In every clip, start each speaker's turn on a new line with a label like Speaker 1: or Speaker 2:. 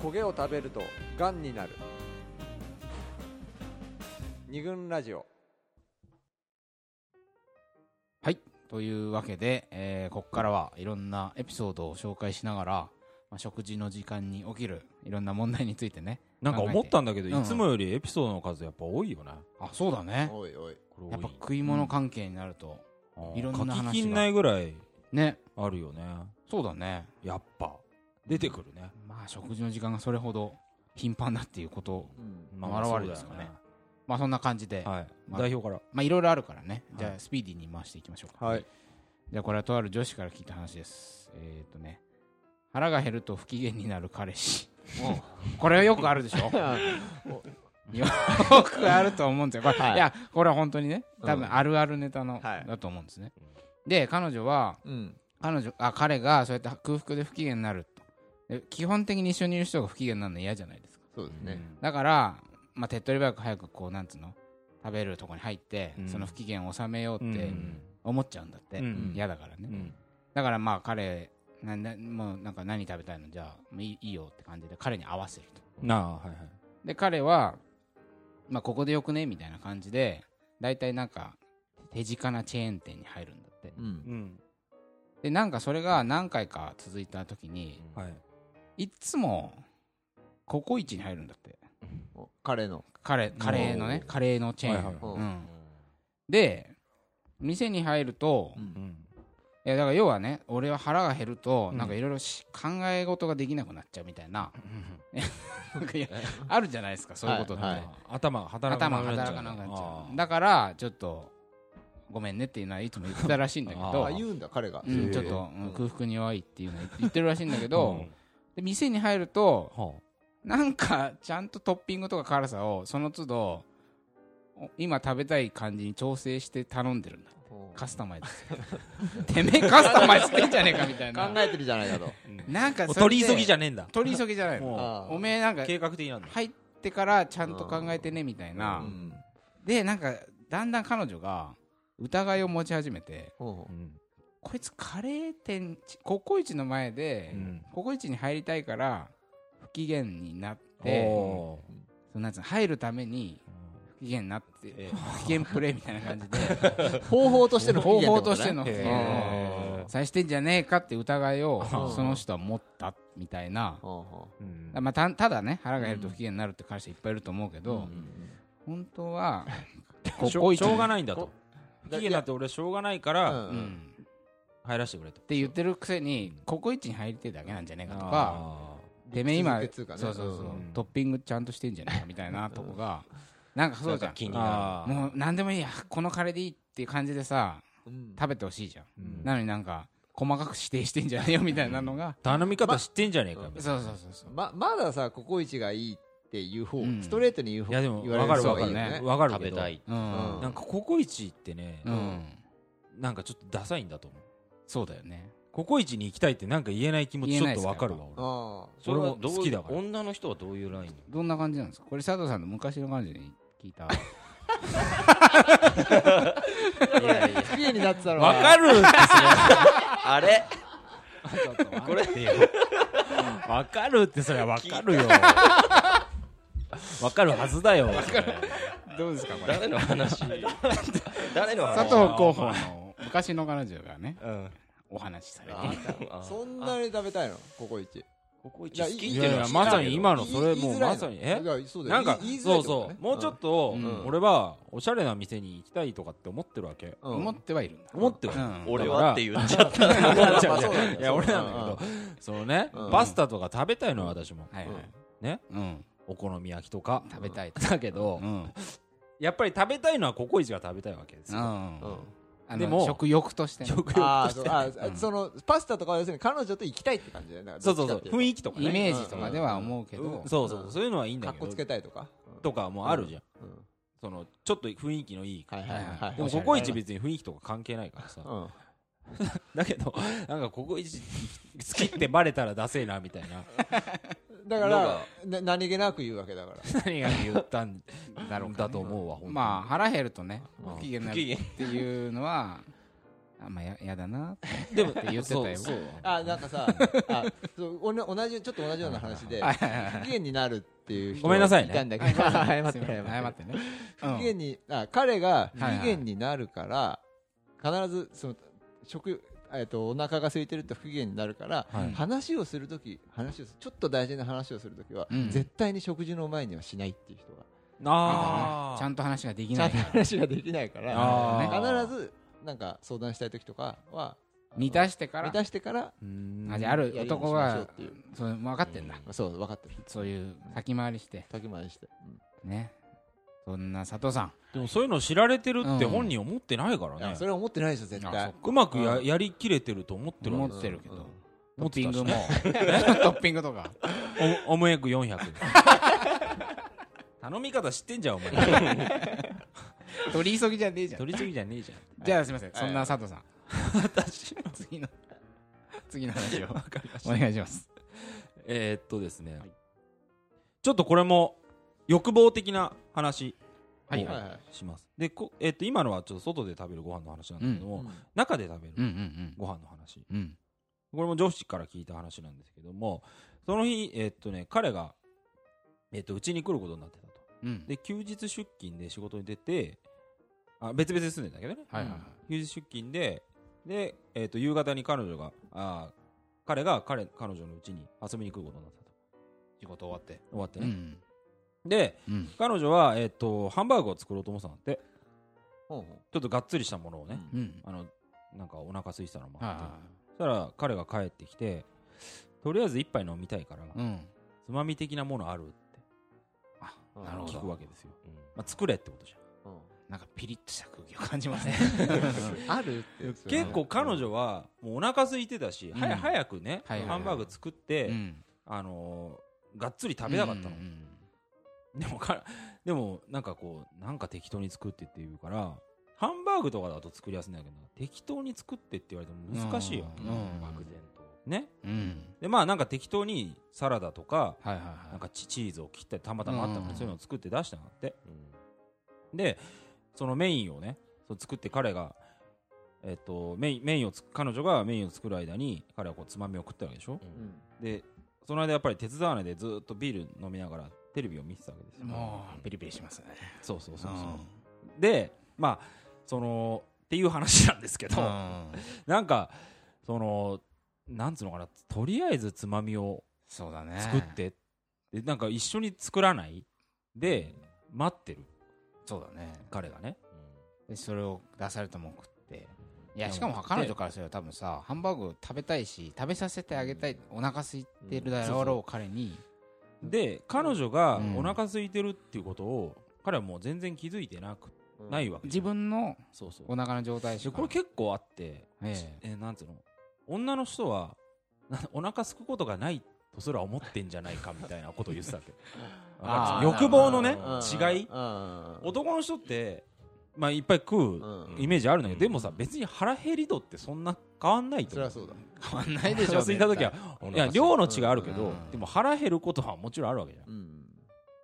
Speaker 1: 焦げを食べるとがんになる二軍ラジオ
Speaker 2: はい。というわけで、えーここからはいろんなエピソードを紹介しながら、まあ、食事の時間に起きるいろんな問題についてね。
Speaker 3: なんか思ったんだけど、
Speaker 2: 考えて
Speaker 3: いつもよりエピソードの数やっぱ多いよね。
Speaker 2: あ、そうだね。
Speaker 4: おいおい
Speaker 3: これ
Speaker 2: やっ
Speaker 3: 多い
Speaker 2: ぱ食い物関係になると、
Speaker 3: あー
Speaker 2: いろんな話が
Speaker 3: 書ききんないぐらい
Speaker 2: ね。
Speaker 3: あるよね。
Speaker 2: そうだね。
Speaker 3: やっぱ、出てくるね。
Speaker 2: まあ、食事の時間がそれほど頻繁だっていうこと。
Speaker 3: あ
Speaker 2: 現れるですかねまあ、そんな感じで。
Speaker 3: そうだよねはい。
Speaker 2: まあ
Speaker 3: 代表から。
Speaker 2: まあ、いろいろあるからね。
Speaker 3: はい
Speaker 2: じゃあ、スピーディーに回していきましょうか。
Speaker 1: はい。
Speaker 2: じゃあ、これはとある女子から聞いた話です。えっ、とね。腹が減ると不機嫌になる彼氏。これはよくあるでしょよくあると思うんですよ。これ、
Speaker 4: はいい
Speaker 2: や、これは本当にね、多分
Speaker 4: うん
Speaker 2: あるあるネタの、
Speaker 4: はい
Speaker 2: だと思うんですね。で、彼女は、
Speaker 4: うん
Speaker 2: 彼女、あ、彼がそうやって空腹で不機嫌になると。で基本的に一緒にいる人が不機嫌になるの嫌じゃないですか。
Speaker 4: そうですね
Speaker 2: だから、まあ、手っ取り早く早くこう、なんつうの、食べるとこに入って、
Speaker 3: うん
Speaker 2: その不機嫌を収めよう
Speaker 3: うん
Speaker 2: って思っちゃうんだって。
Speaker 3: うん
Speaker 2: 嫌だからね。
Speaker 3: うん
Speaker 2: だからまあ彼、ななもうなんか何食べたいのじゃあ、もういいいいよって感じで彼に合わせると。
Speaker 3: なあ、はいはい。
Speaker 2: で彼は、まあ、ここでよくねみたいな感じで大体なんか手近なチェーン店に入るんだって
Speaker 4: うん
Speaker 3: うん。
Speaker 2: でなんかそれが何回か続いた時に
Speaker 3: はい。
Speaker 2: いっつもココイチに入るんだって
Speaker 4: お彼の
Speaker 2: カレーカレーのねカレーのチェーン、
Speaker 3: はいはい
Speaker 4: お
Speaker 2: うん、で店に入ると、
Speaker 4: うん
Speaker 2: い
Speaker 3: うん
Speaker 2: やだから要はね俺は腹が減ると
Speaker 3: うん
Speaker 2: なんかいろいろ考え事ができなくなっちゃうみたいな、なんかい やあるじゃないですかそういうことって、
Speaker 4: はい
Speaker 3: 頭が働か
Speaker 2: 頭
Speaker 3: な
Speaker 2: が
Speaker 3: くなっち
Speaker 2: 働
Speaker 3: ゃ
Speaker 2: か
Speaker 3: う。
Speaker 2: なくなっちゃ
Speaker 3: あ
Speaker 2: う
Speaker 3: ー
Speaker 2: だからちょっとごめんねっていうのはいつも言ってたらしいんだけ
Speaker 3: あ
Speaker 2: ど
Speaker 4: あ、言うんだ彼が
Speaker 2: う
Speaker 3: へ
Speaker 2: ん、
Speaker 3: え
Speaker 2: ちょっと、うん空腹に弱いっていうの言ってるらしいんだけ
Speaker 3: う
Speaker 2: ど
Speaker 3: ん
Speaker 2: で店に入ると
Speaker 3: は
Speaker 2: なんかちゃんとトッピングとか辛さをその都度お今食べたい感じに調整して頼んでるんだ
Speaker 4: お
Speaker 2: カスタマイズてめえカスタマイズってんじゃねえかみたい
Speaker 4: 考
Speaker 2: な
Speaker 4: えてるじゃないかと
Speaker 2: なんか
Speaker 3: あ。
Speaker 2: それ
Speaker 3: 取り急ぎじ
Speaker 2: ゃ
Speaker 3: ゃねえんだ。
Speaker 2: 取り急ぎじゃないの
Speaker 3: も
Speaker 4: あー
Speaker 2: おめえなんか
Speaker 3: う計画的なんだ。
Speaker 2: 入ってからちゃんと考えてねみたいうな、
Speaker 4: ん
Speaker 2: でなんかだんだん彼女が疑いを持ち始めて
Speaker 4: おう
Speaker 3: うん
Speaker 2: こいつカレー店ちココイチの前で、
Speaker 3: うん
Speaker 2: ココイチに入りたいから不機嫌になっ
Speaker 3: お
Speaker 2: て
Speaker 3: ー
Speaker 2: そのなんつうの入るために不機嫌になって、不機嫌プレイみたいな感 じで
Speaker 4: 方法としての不
Speaker 2: 方
Speaker 4: 機嫌
Speaker 2: 法
Speaker 4: ってことね
Speaker 2: しての不機嫌
Speaker 3: へ
Speaker 2: をさしてんじゃねえかって疑いを
Speaker 4: うん
Speaker 2: その人は持ったみたいな。
Speaker 4: おうお
Speaker 3: うん
Speaker 2: まあ、たただね腹が減ると不機嫌になるって会社いっぱいいると思うけど、
Speaker 4: う
Speaker 2: 本当はコ
Speaker 3: しょ
Speaker 2: コイ
Speaker 3: し
Speaker 2: チ
Speaker 3: ょう
Speaker 2: に
Speaker 3: がないんだと
Speaker 4: こ。
Speaker 3: 不機嫌になって俺はしょうがないから
Speaker 4: う
Speaker 2: うんん、
Speaker 3: 入らせてくれと
Speaker 2: っ。て言ってるくせにココイチに入りてえだけなんじゃねえかとかてめえ今
Speaker 4: 理屈づけっつうかね
Speaker 2: そうそうそう、
Speaker 3: うん
Speaker 2: トッピングちゃんとしてんじゃねえかみたいなとこが、なんかそうじゃん
Speaker 3: 気に
Speaker 2: あ
Speaker 3: な
Speaker 2: ーもう何でもいいやこのカレーでいいっていう感じでさ
Speaker 4: うん
Speaker 2: 食べてほしいじゃん、
Speaker 3: うん
Speaker 2: なのになんか細かく指定してんじゃねえよみたいなのが、
Speaker 3: 頼み方知ってんじゃねえか
Speaker 4: ま
Speaker 3: みたい
Speaker 2: そうそうそうそう
Speaker 4: ままださココイチがいいっていう方
Speaker 2: うん
Speaker 4: ストレートに言う方
Speaker 3: な。いやでも
Speaker 4: 言われ
Speaker 3: わ
Speaker 4: る
Speaker 3: かる
Speaker 4: 方
Speaker 3: わ
Speaker 4: が
Speaker 3: か
Speaker 4: いいよね
Speaker 3: るわかる
Speaker 5: 食
Speaker 3: け
Speaker 5: べ
Speaker 3: ど
Speaker 5: たい
Speaker 2: うん、
Speaker 4: うん
Speaker 3: なんかココイチってね
Speaker 2: うん
Speaker 3: なんかちょっとダサいんだと思う
Speaker 2: そうだよね
Speaker 3: ココイチに行きたいってなんか言えない気持ちちょっとわかるわ俺
Speaker 4: ああ
Speaker 5: それはど
Speaker 3: 俺も
Speaker 5: う
Speaker 3: 好きだから
Speaker 5: 女の人はどういうライン
Speaker 2: どんな感じなんですかこれ佐藤さんの昔の感じに聞いた
Speaker 5: いやいや
Speaker 4: 不機嫌になってたの
Speaker 3: わかるって
Speaker 5: あれ
Speaker 3: これわかるってそれはわかるよわかるはずだよ
Speaker 2: どうですかこ
Speaker 5: 誰の話 誰の
Speaker 2: 佐
Speaker 5: 話
Speaker 2: 藤候補の昔の彼女がね
Speaker 3: うん
Speaker 2: お話しされて
Speaker 5: ああ
Speaker 4: そんなに食べたいのココイチ
Speaker 5: ここ
Speaker 4: い
Speaker 5: 一
Speaker 4: や
Speaker 5: 好き
Speaker 3: い
Speaker 5: って
Speaker 3: や
Speaker 5: い
Speaker 3: いう
Speaker 5: のは
Speaker 3: や
Speaker 5: 知ら
Speaker 3: ま
Speaker 5: んけど
Speaker 3: さに今のそれ
Speaker 4: 言い
Speaker 3: もう
Speaker 4: づらいの
Speaker 3: まさにえ
Speaker 4: いやそうだよ
Speaker 3: なんか
Speaker 4: 言いづらいってこ
Speaker 3: そう
Speaker 4: と
Speaker 3: そ
Speaker 4: ね
Speaker 3: うもうちょっと
Speaker 2: うん
Speaker 3: 俺はおしゃれな店に行きたいとかって思ってるわけ
Speaker 4: うん
Speaker 2: 思ってはいるんだ、
Speaker 3: 思っては
Speaker 2: うん
Speaker 5: 俺はって言っちゃった
Speaker 3: なっちゃ
Speaker 4: ま
Speaker 3: う
Speaker 4: あ
Speaker 3: じゃ
Speaker 4: そ
Speaker 3: ん
Speaker 4: うだね
Speaker 3: いや俺なんだけどそのね
Speaker 4: うん
Speaker 3: パスタとか食べたいのよ私も
Speaker 2: はいはい、
Speaker 3: ね
Speaker 2: うん、
Speaker 3: お好み焼きとか
Speaker 2: 食べたいと、
Speaker 3: だけど
Speaker 2: うん
Speaker 3: やっぱり食べたいのはココイチが食べたいわけですよ
Speaker 4: うんうん
Speaker 2: あの
Speaker 3: でも
Speaker 2: 食欲としてね
Speaker 3: 食欲
Speaker 4: ああ
Speaker 3: とし
Speaker 4: そう
Speaker 3: て
Speaker 4: あ
Speaker 2: うん
Speaker 4: あそのパスタとかは要するに彼女と行きたいって感じだよね
Speaker 3: そうそうそう雰
Speaker 4: 囲
Speaker 3: 囲気とか
Speaker 2: イ
Speaker 3: ね
Speaker 2: メージとかでは思うけど、
Speaker 3: うんそうそうそうそういうのはいいん
Speaker 4: 気か
Speaker 3: だ
Speaker 4: っ
Speaker 3: け
Speaker 4: こつけ
Speaker 3: ど
Speaker 4: たいとか
Speaker 3: とかもあるじゃん
Speaker 4: うん
Speaker 3: そのちょっと雰囲気のいい
Speaker 4: はいはいはい
Speaker 3: でもココイチ別に雰囲気とか関係ないからさ
Speaker 4: うん
Speaker 3: だけどなんかココイチ好き ってバレたらダセえなみたいな
Speaker 4: だからな何気なく言うわけだ から
Speaker 3: 何が言ったん
Speaker 2: だろうかね
Speaker 3: だと思うわほんとに
Speaker 2: まあ腹減るとね
Speaker 3: うん
Speaker 2: 不機嫌になるっていうのは あまあややだなって
Speaker 3: でも
Speaker 2: 言ってたよ
Speaker 3: そうそう
Speaker 4: あなんかさあそうおな同じちょっと同じような話で不機嫌になるっていう人
Speaker 3: ごめんなさいね
Speaker 4: たんだけど謝って
Speaker 2: すいません謝ってね、う
Speaker 4: 不機嫌
Speaker 2: ん、
Speaker 4: にあ彼が不
Speaker 2: はいはい
Speaker 4: 機嫌になるから必ずその食えっとお腹が空いてると不機嫌になるから
Speaker 3: はい
Speaker 4: 話をするとき話をすちょっと大事な話をするときは
Speaker 2: うん
Speaker 4: 絶対に食事の前にはしないっていう人が
Speaker 3: あ
Speaker 2: ちゃんと話ができ
Speaker 4: ち
Speaker 2: な
Speaker 4: ゃ
Speaker 2: い
Speaker 4: んと話ができないから
Speaker 2: あ
Speaker 4: 必ずなんか相談したいときとかはあの
Speaker 2: 満たしてから
Speaker 4: 満たしてから
Speaker 2: あじゃあある
Speaker 4: やりましょう
Speaker 2: 男が
Speaker 4: っていう
Speaker 2: そう分かってんだ、
Speaker 4: そう分かってる
Speaker 2: そういう先回りして
Speaker 4: 先回りしてうん
Speaker 2: ねそんな佐藤さん
Speaker 3: でもそういうの知られてるって
Speaker 2: うん
Speaker 3: 本人思ってないから
Speaker 4: いや
Speaker 3: ね
Speaker 4: それは思ってないでしょ絶
Speaker 2: あ
Speaker 4: 対
Speaker 2: そっ
Speaker 3: うまくややりきれてると思ってる
Speaker 2: 思
Speaker 3: わ
Speaker 2: ってるけど、
Speaker 3: うん
Speaker 2: トッピングも
Speaker 3: 持
Speaker 2: トッピングとか
Speaker 3: おオムエッグ400頼み方知ってんじゃんお前
Speaker 2: 取り急ぎじゃねえじゃん
Speaker 3: 取り次ぎじゃねえじゃん
Speaker 2: じゃあすみません、
Speaker 4: はい
Speaker 2: そんな佐藤さん
Speaker 3: 私
Speaker 2: 次の次の話を
Speaker 3: わかりま
Speaker 2: お願いします
Speaker 3: えーっとですね、ちょっとこれも欲望的な話を
Speaker 2: はい
Speaker 4: はいはい
Speaker 3: しますでこ、えーっと今のはちょっと外で食べるご飯の話なんだけども、
Speaker 4: うん
Speaker 3: 中で食べ
Speaker 2: うん
Speaker 3: る
Speaker 2: うん
Speaker 3: ご飯の話、
Speaker 2: うんうん
Speaker 3: これも上司から聞いた話なんですけどもその日えーっとね彼がえーっとうちに来ることになってたと
Speaker 2: うん
Speaker 3: で休日出勤で仕事に出てあ別々に住んでんだけどね、
Speaker 2: はいはいはい
Speaker 3: 休日出勤でで、えー、と夕方に彼女があー彼が彼彼女のうちに遊びに来ることになったと
Speaker 2: 仕事終わって
Speaker 3: 終わって
Speaker 2: う
Speaker 3: ね、
Speaker 2: ん
Speaker 3: で
Speaker 2: うん
Speaker 3: 彼女は、えー、とハンバーグを作ろうと思ってたんだって
Speaker 4: ほうほう
Speaker 3: ちょっとがっつりしたものをね、
Speaker 2: うんうん
Speaker 3: あのなんかお腹空いてたのも
Speaker 2: はい
Speaker 3: あ
Speaker 2: は
Speaker 3: ってそしたら彼が帰ってきてとりあえず一杯飲みたいから、
Speaker 2: いうん
Speaker 3: つまみ的なものあるって
Speaker 2: あなるほ
Speaker 3: 聞く
Speaker 2: ど
Speaker 3: わけですよ、まあ、作れってことじゃん
Speaker 4: うん
Speaker 2: なんかピリッとした空気を感じます ね
Speaker 4: あるってそれ
Speaker 3: 結構彼女はもうお腹空いてたし、
Speaker 2: うん
Speaker 3: はや早くね、
Speaker 2: はいはいはい
Speaker 3: ハンバーグ作っ
Speaker 2: う
Speaker 3: て、
Speaker 2: ん
Speaker 3: あのーがっつり食べたかったの、
Speaker 2: うんうん
Speaker 3: でもかでもなんかこうなんか適当に作ってって言うからハンバーグとかだと作りやすいんだけど適当に作ってって言われても難しいわけ、
Speaker 2: うんうん
Speaker 3: 漠然とね
Speaker 2: うんうん
Speaker 3: でまあなんか適当にサラダとか
Speaker 2: はいはい
Speaker 3: な
Speaker 2: は
Speaker 3: んかチチーズを切ったりたまたまあったから、
Speaker 2: うん
Speaker 3: そういうのを作って出したんだって、でそのメインをねそう作って彼がえっとメインメインをつ彼女がメインを作る間に彼はこうつまみを食ったわけでしょ、
Speaker 4: うん
Speaker 3: でその間やっぱり手伝わないでずーっとビール飲みながらテレビを見てたわけです
Speaker 2: い
Speaker 3: よ
Speaker 2: もうピリピリしますね
Speaker 3: そうそうそう
Speaker 2: うん
Speaker 3: そうでまあそのっていう話なんですけど、
Speaker 2: うん
Speaker 3: なんかそのなんつうのかなとりあえずつまみを
Speaker 2: そうだね
Speaker 3: 作って、でなんか一緒に作らないで待ってる
Speaker 2: そうだね
Speaker 3: 彼がね、
Speaker 2: でそれを出されたもん食っていや
Speaker 3: でも
Speaker 2: しかも彼女からすれば多分さハンバーグ食べたいし食べさせてあげたいお腹空いてるだ
Speaker 3: そうそ
Speaker 2: ろう彼に
Speaker 3: で彼女が
Speaker 2: うん
Speaker 3: お腹空いてるっていうことを、彼はもう全然気づいてなく
Speaker 4: うん
Speaker 3: ないわけ
Speaker 2: 自分の
Speaker 3: そうそう
Speaker 2: お腹の状態し
Speaker 3: で
Speaker 2: か
Speaker 3: これ結構あって、
Speaker 2: え
Speaker 3: えーなんつうの女の人はなお腹空くことがないとすら思ってんじゃないかみたいなことを言ってたわけわか
Speaker 2: あー
Speaker 3: る欲望のね
Speaker 4: うん
Speaker 3: 違い
Speaker 4: うん
Speaker 3: 男の人ってまあいっぱい食う
Speaker 4: うん
Speaker 3: イメージあるんだけど、でもさ別に腹減り度ってそんな変わんないと
Speaker 4: そり
Speaker 3: 思う
Speaker 4: ゃそうだ
Speaker 2: 変わんないでしょ
Speaker 3: 腹空いた時は
Speaker 5: お腹空い
Speaker 3: い
Speaker 5: た
Speaker 3: や量の違いあるけど、
Speaker 2: うん
Speaker 3: でも腹減ることはもちろんあるわけじゃん
Speaker 4: うん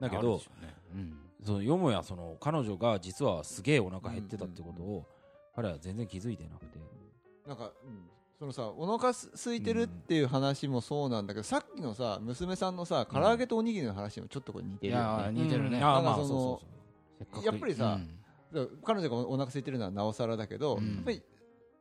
Speaker 3: だけ
Speaker 2: あるで
Speaker 3: ど
Speaker 2: しょうねうん
Speaker 3: そのよもやその彼女が実はすげえお腹減ってたってことを彼は全然気づいてなくて
Speaker 4: なんかうんそのさお腹す空いてるっていう話もそうなんだけどさっきのさ娘さんのさ唐揚げとおにぎりの話もちょっとこれ似て
Speaker 2: い
Speaker 4: るよ
Speaker 2: や
Speaker 4: ね
Speaker 2: 似てるね
Speaker 3: ああまあ
Speaker 4: なんか
Speaker 3: そう
Speaker 4: その
Speaker 3: そう
Speaker 2: せかく
Speaker 4: やっぱりさ
Speaker 2: うん
Speaker 4: だから彼女がお腹空いてるのはなおさらだけど
Speaker 2: うん
Speaker 4: やっぱり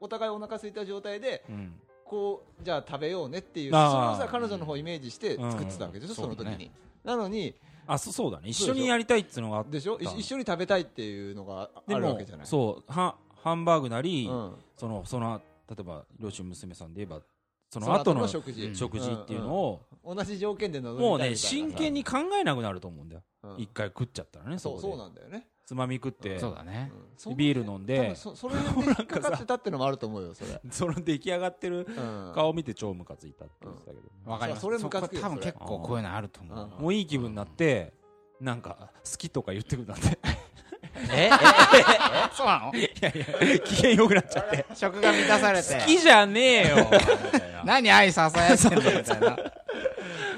Speaker 4: お互いお腹空いた状態で
Speaker 3: そううん
Speaker 4: こうじゃあ食べようねっていうそれ
Speaker 3: あー
Speaker 4: をさ彼女の方をイメージして作ってたわけでしょ
Speaker 2: うん
Speaker 4: その時
Speaker 2: そうだ
Speaker 4: になのに
Speaker 3: あそそうだね一
Speaker 4: そうでしょ
Speaker 3: 緒にやりたいっつうのがあって
Speaker 4: でしょい一緒に食べたいっていうのがあ
Speaker 3: で
Speaker 4: あるわ
Speaker 3: も
Speaker 4: けじゃない
Speaker 3: そうはハンバーグな
Speaker 4: う
Speaker 3: り
Speaker 4: ん
Speaker 3: そのその例えば両親娘さんで言えば
Speaker 4: そ
Speaker 3: その後の
Speaker 4: 食事
Speaker 2: うん
Speaker 3: 食事っていうのを
Speaker 4: 同じ条件で臨みたい
Speaker 3: もう
Speaker 4: みたい
Speaker 3: ね
Speaker 4: なさ
Speaker 3: 真剣に考えなくなると思うんだよ
Speaker 4: うん
Speaker 3: 一回食っちゃったらねそ
Speaker 4: そうそう
Speaker 3: こ
Speaker 4: なんだよね
Speaker 3: でつまみ食って
Speaker 2: そうだね
Speaker 4: うんそんな
Speaker 3: ビール飲んで
Speaker 4: 多分そそれに引っかかってたってのもあると思うよそれ
Speaker 3: その出来上がってる
Speaker 4: うん
Speaker 3: 顔見て超ムカついたって言ってたけど
Speaker 2: わかります
Speaker 4: そうそれムカつくよ
Speaker 2: そこ多分
Speaker 4: それ
Speaker 2: 結構こういうのあると思
Speaker 4: う
Speaker 2: うん
Speaker 3: もういい気分になって、なんか、好きとか言ってくるんだって。
Speaker 5: ええ
Speaker 2: そうなの
Speaker 3: 機嫌良くなっちゃって。
Speaker 2: 食が満たされて
Speaker 3: 好きじゃねえよ
Speaker 2: 何愛ささやってんだよみたいな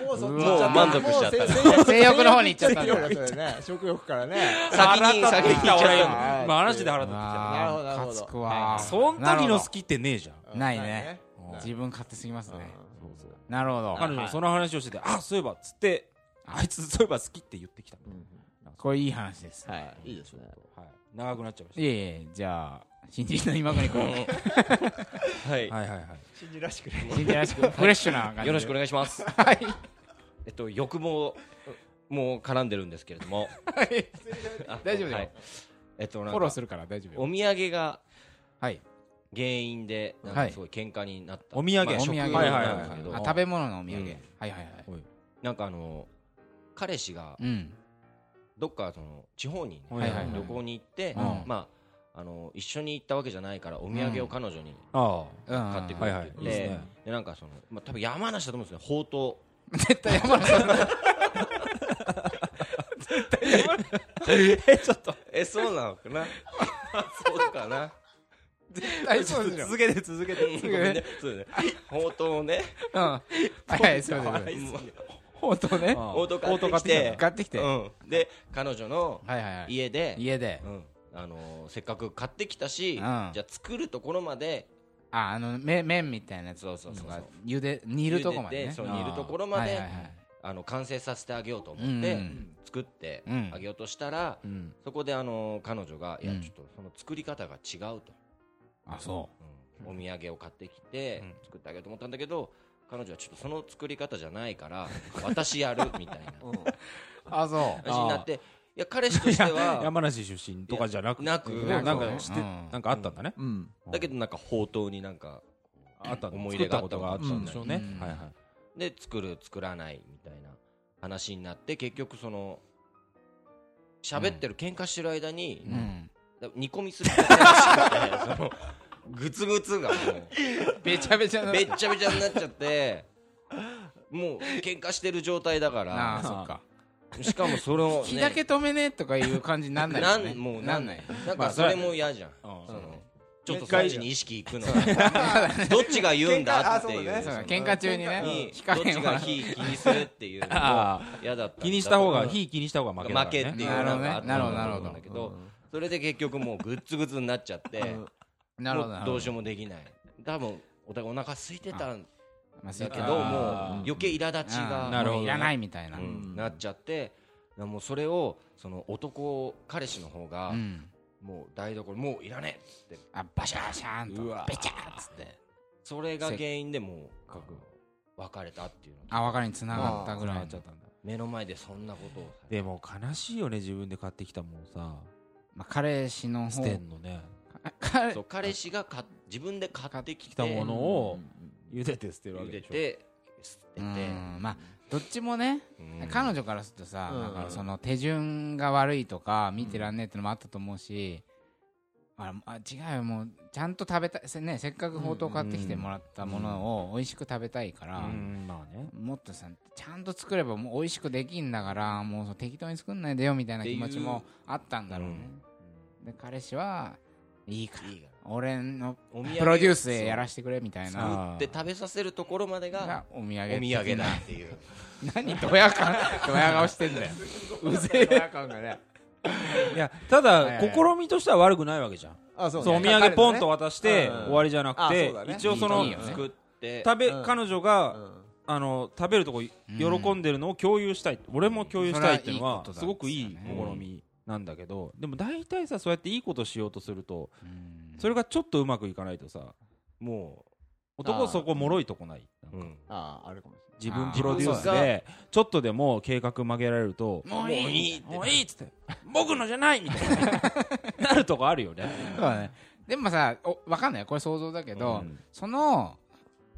Speaker 4: もうそっ
Speaker 2: う
Speaker 4: ち
Speaker 2: わ
Speaker 4: 行っ
Speaker 2: 満
Speaker 5: 足しちゃったね
Speaker 4: もう
Speaker 2: 性欲の方に行っちゃったんだ
Speaker 4: 性欲だそれね食欲からね
Speaker 5: 先に、
Speaker 3: 腹 立
Speaker 5: 先
Speaker 3: って
Speaker 5: に
Speaker 3: き
Speaker 5: 行
Speaker 3: た
Speaker 5: っち
Speaker 3: 俺
Speaker 5: ゃう
Speaker 3: よ
Speaker 5: よ。
Speaker 4: はい
Speaker 3: まあ話で腹立ってき
Speaker 2: あ
Speaker 3: た
Speaker 2: ー
Speaker 4: なるほどななるほ
Speaker 2: か
Speaker 4: ど
Speaker 2: つくわ
Speaker 3: そん時の好
Speaker 2: き
Speaker 3: きってねえじゃん
Speaker 4: うん
Speaker 2: ないね
Speaker 3: うん
Speaker 2: 自分勝手すぎますね
Speaker 4: うん
Speaker 2: なるほど
Speaker 3: 彼女もその話をしててあそういえばっつってあいつそういえば好きって言ってきた
Speaker 2: これいい話です
Speaker 4: はいいいですね
Speaker 3: はい長くなっちゃいまし
Speaker 2: いえいえじゃあ新人の今国 君
Speaker 5: はい
Speaker 3: たはいはいはい
Speaker 5: 新人らしく
Speaker 2: 新人らしくフレッシュな感じで
Speaker 5: よろしくお願いします。はい。えっと欲望も絡んでるんですけれども、
Speaker 2: はい
Speaker 5: あ
Speaker 2: 大丈夫だよ
Speaker 5: はいえっと
Speaker 2: フ
Speaker 5: な
Speaker 2: ォロー
Speaker 5: ん
Speaker 2: す
Speaker 5: か
Speaker 2: るから大丈夫
Speaker 5: お
Speaker 2: よ
Speaker 5: 土産が
Speaker 2: はい
Speaker 5: 原因でなん
Speaker 2: は
Speaker 5: か
Speaker 2: い
Speaker 5: すごい喧嘩になった。
Speaker 3: お土産
Speaker 5: まあ
Speaker 2: お土産
Speaker 5: 食
Speaker 2: はいはい
Speaker 3: はい
Speaker 5: なんですけど
Speaker 2: あ食べ物のお土産
Speaker 5: うん
Speaker 2: はいはいはい
Speaker 5: なんかあの彼氏が
Speaker 2: うん
Speaker 5: どっかその地方にね
Speaker 3: はいはいはい
Speaker 5: 旅行に行って、
Speaker 2: うん
Speaker 5: まああの一緒に行ったわけじゃないからお土産を彼女に
Speaker 3: あ
Speaker 2: うん
Speaker 5: 買ってく
Speaker 3: は
Speaker 5: れ
Speaker 3: い
Speaker 5: っ
Speaker 3: はい
Speaker 5: て
Speaker 3: いい
Speaker 5: 言
Speaker 3: で
Speaker 5: っ
Speaker 3: す
Speaker 5: て
Speaker 3: ね
Speaker 5: でなんかそのまあ多分山梨だと思うんですけどほうとう
Speaker 2: 絶対山梨さんだ
Speaker 5: えちょっと えそうなのかな そうかな
Speaker 2: 絶対そうでしょ
Speaker 5: 続けて続けて続
Speaker 2: けて
Speaker 5: そうねほうとうね
Speaker 2: うんはいはいそうですそうです本当ね
Speaker 5: ほうとう買ってきて
Speaker 2: 買ってきてはい
Speaker 5: うんで彼女の
Speaker 2: はいはい
Speaker 5: 家で
Speaker 2: 家で
Speaker 5: うんあのーせっかく買ってきたし
Speaker 2: う
Speaker 5: じ
Speaker 2: ん
Speaker 5: ゃあ作るところまで
Speaker 2: ああのめ麺みたいなやつ
Speaker 5: そうそうそうそ
Speaker 2: と
Speaker 5: う
Speaker 2: か茹で煮るとこまで
Speaker 5: 茹で
Speaker 2: ね
Speaker 5: てそう
Speaker 2: あー
Speaker 5: 煮るところまで
Speaker 2: はいはいはい
Speaker 5: あの完成させてあげようと
Speaker 2: うんう
Speaker 5: 思っ
Speaker 2: ん
Speaker 5: て作って
Speaker 2: うん
Speaker 5: あげようとしたら
Speaker 2: うん
Speaker 5: そこであのー彼女がいや
Speaker 2: うん
Speaker 5: ちょっとその作り方が違うと
Speaker 2: あそ
Speaker 5: うんお土産を買ってきて作ってあげようと思ったんだけど彼女はちょっとその作り方じゃないから 私やるみたいな
Speaker 2: うあそ
Speaker 5: 話になっていや彼氏とし ては
Speaker 3: 山梨出身とかじゃなく
Speaker 5: なく
Speaker 2: う
Speaker 5: なん
Speaker 3: なん
Speaker 5: か
Speaker 3: かして
Speaker 2: うん
Speaker 3: なんかあったんだね
Speaker 4: うん
Speaker 5: だけどなんか宝刀になんか
Speaker 3: あった
Speaker 5: 思い入れがあっ
Speaker 3: 作こ
Speaker 5: た
Speaker 3: とがあったんでしょうね
Speaker 2: うん
Speaker 3: はいはい
Speaker 5: で作る作らないみたいな話になって結局その喋ってる喧嘩してる間に
Speaker 2: ううん
Speaker 5: だ煮込みすぎてそのグツグツがも
Speaker 2: べちゃべちゃ
Speaker 5: う
Speaker 2: な
Speaker 5: べっちゃべちゃになっちゃってもう喧嘩してる状態だか
Speaker 2: ああ
Speaker 5: ら
Speaker 2: そっか
Speaker 5: しかもそ れを
Speaker 2: 火だけ止めねとかいう感じになんない
Speaker 5: な
Speaker 2: よね
Speaker 5: んもう
Speaker 2: な
Speaker 5: なんん
Speaker 2: ない
Speaker 5: なんかそれも嫌じゃん
Speaker 3: うん
Speaker 5: そのちょっとそっちに意識いくのが どっちが言うんだっていう
Speaker 4: 喧嘩あそう
Speaker 2: そ
Speaker 4: う
Speaker 2: か
Speaker 4: だ
Speaker 5: その
Speaker 2: 喧嘩中にね
Speaker 5: に
Speaker 2: 火加
Speaker 5: どっ
Speaker 2: 減
Speaker 5: ち
Speaker 2: を
Speaker 5: が火気にするっていうのも
Speaker 3: あ
Speaker 5: 嫌だったんだ
Speaker 3: 気にした方が火気にした方が負けだ
Speaker 5: 負
Speaker 3: か
Speaker 5: け
Speaker 3: ら
Speaker 5: っ
Speaker 3: ね
Speaker 5: ていう
Speaker 2: なるほど
Speaker 5: の
Speaker 2: ね
Speaker 5: があったと思うんだけど
Speaker 4: うん
Speaker 5: それで結局もうグッズグッズになっちゃって
Speaker 2: なるほどなるほ
Speaker 5: もう
Speaker 2: ど
Speaker 5: どうしようもできない多分お互いお腹空いてたん
Speaker 2: まあ
Speaker 5: だけ
Speaker 2: あ
Speaker 5: どもう
Speaker 2: ー
Speaker 3: あー
Speaker 5: 余計苛立ち
Speaker 2: うん
Speaker 5: が
Speaker 3: なるほ
Speaker 2: も
Speaker 3: どね
Speaker 2: ういらないみたいな
Speaker 5: う
Speaker 2: うん
Speaker 5: なっちゃってもうそれをその男彼氏の方が
Speaker 2: ん
Speaker 5: もう台所もういらねえっつって
Speaker 2: あバシャバシャーン
Speaker 5: う
Speaker 2: と
Speaker 5: わ
Speaker 2: ベチャーっつって
Speaker 5: それが原因でもう
Speaker 3: 覚悟
Speaker 5: 別れたっていうの
Speaker 2: あ別れに繋がったぐらい
Speaker 3: な
Speaker 2: の
Speaker 3: っちゃったんだ
Speaker 5: 目の前でそんなことを
Speaker 3: でも悲しいよね自分で買ってきたもんさ
Speaker 2: まあ彼氏の
Speaker 3: 捨
Speaker 2: 方
Speaker 3: てんのね
Speaker 2: あ彼
Speaker 5: そう彼氏が買っ自分で買ってき
Speaker 3: き
Speaker 5: て
Speaker 3: たものを茹でて捨てるわ
Speaker 5: 茹
Speaker 3: けで
Speaker 5: で
Speaker 3: しょ
Speaker 5: て捨て
Speaker 2: う
Speaker 5: て、
Speaker 2: んまあどっちもね
Speaker 5: うん
Speaker 2: 彼女からするとさ
Speaker 4: うん
Speaker 2: だからその手順が悪いとか見てらんねえってのもあったと思うしああ違うよもうちゃんと食べたいせねせっかくほうとう買ってきてもらったものを美味しく食べたいから
Speaker 3: うんまあね
Speaker 2: もっとさちゃんと作ればもう美味しくできんだからもうそう適当に作んないでよみたいな気持ちもあったんだろうね、で彼氏はいいから
Speaker 5: いいか
Speaker 2: 俺の
Speaker 5: らお土産を
Speaker 2: プロデュースでやらせてくれみたい
Speaker 3: そう
Speaker 2: な
Speaker 5: 作って食べさせるところまでが
Speaker 2: がお土産
Speaker 5: お土産だっていう
Speaker 2: 何ドヤ感ドヤ顔してん だようぜえ
Speaker 3: いやた
Speaker 2: はいは
Speaker 3: だ
Speaker 2: い
Speaker 3: 試みとしては悪くないわけじゃん
Speaker 4: あそうね
Speaker 3: そうお土産ポンと渡して
Speaker 4: うん
Speaker 3: 終わりじゃなく
Speaker 4: あ
Speaker 3: て
Speaker 4: そうだね
Speaker 3: 一応その
Speaker 2: いいよね
Speaker 5: 作って
Speaker 3: 食べ
Speaker 4: うん
Speaker 3: 彼女
Speaker 4: う
Speaker 3: が
Speaker 4: ん
Speaker 3: あの食べるとこ喜んでるのを共有したい俺も共有したいっていうのは
Speaker 2: それはいいことだ
Speaker 3: すごくいい
Speaker 2: です
Speaker 3: 試
Speaker 2: よ
Speaker 5: ね
Speaker 3: みなんだけどでも大体さそうやっていいことしようとすると
Speaker 2: うん
Speaker 3: それがちょっとうまくいかないとさもう男そこ脆いとこないなんか
Speaker 5: うん
Speaker 4: あああるかもし
Speaker 3: 自
Speaker 2: あ
Speaker 3: 分
Speaker 2: ー
Speaker 3: プロデュースでちょっとでも計画曲げられると
Speaker 2: もういい
Speaker 3: もういいっつって僕のじゃないみたい ななるとこあるよね
Speaker 2: そうだねでもさお分かんないよこれ想像だけど、
Speaker 3: うん
Speaker 2: その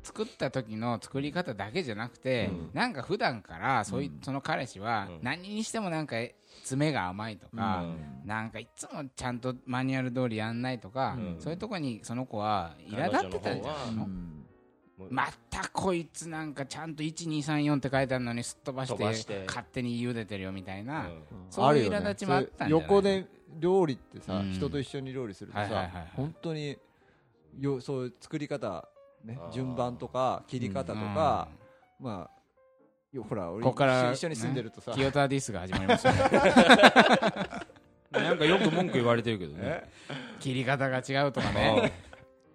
Speaker 2: 作った時の作り方だけじゃなくて、
Speaker 5: うん
Speaker 2: なんか普段からそうい、その彼氏は
Speaker 5: うん
Speaker 2: 何にしてもなんか爪が甘いとか、
Speaker 5: うん
Speaker 2: なんかいつもちゃんとマニュアル通りやんないとか、
Speaker 5: うん
Speaker 2: そういうとこにその子は苛立ってたんじゃ
Speaker 4: れ
Speaker 2: ないの
Speaker 5: 彼女の
Speaker 4: ないうん
Speaker 5: もう
Speaker 2: またこいつなんかちゃんと1234って書いてあるのにすっ飛ばして
Speaker 5: 飛ばして
Speaker 2: 勝手に茹でてるよみたいな、
Speaker 5: うん
Speaker 2: そういう
Speaker 4: あるよね
Speaker 2: 苛立ちもあったんじゃない
Speaker 4: そう横で料理ってさ
Speaker 2: うん
Speaker 4: 人と一緒に料理すると
Speaker 2: はいはいはいは
Speaker 4: さ
Speaker 2: い
Speaker 4: 本当によそういう作り方ね
Speaker 5: あー
Speaker 4: 順番とか切り方とかまあよほら俺
Speaker 2: ここから
Speaker 4: 一緒に住んでるとさ
Speaker 2: キヨタディスが始まりましたね
Speaker 3: ねなんかよく文句言われてるけどね
Speaker 2: 切り方が違うとかね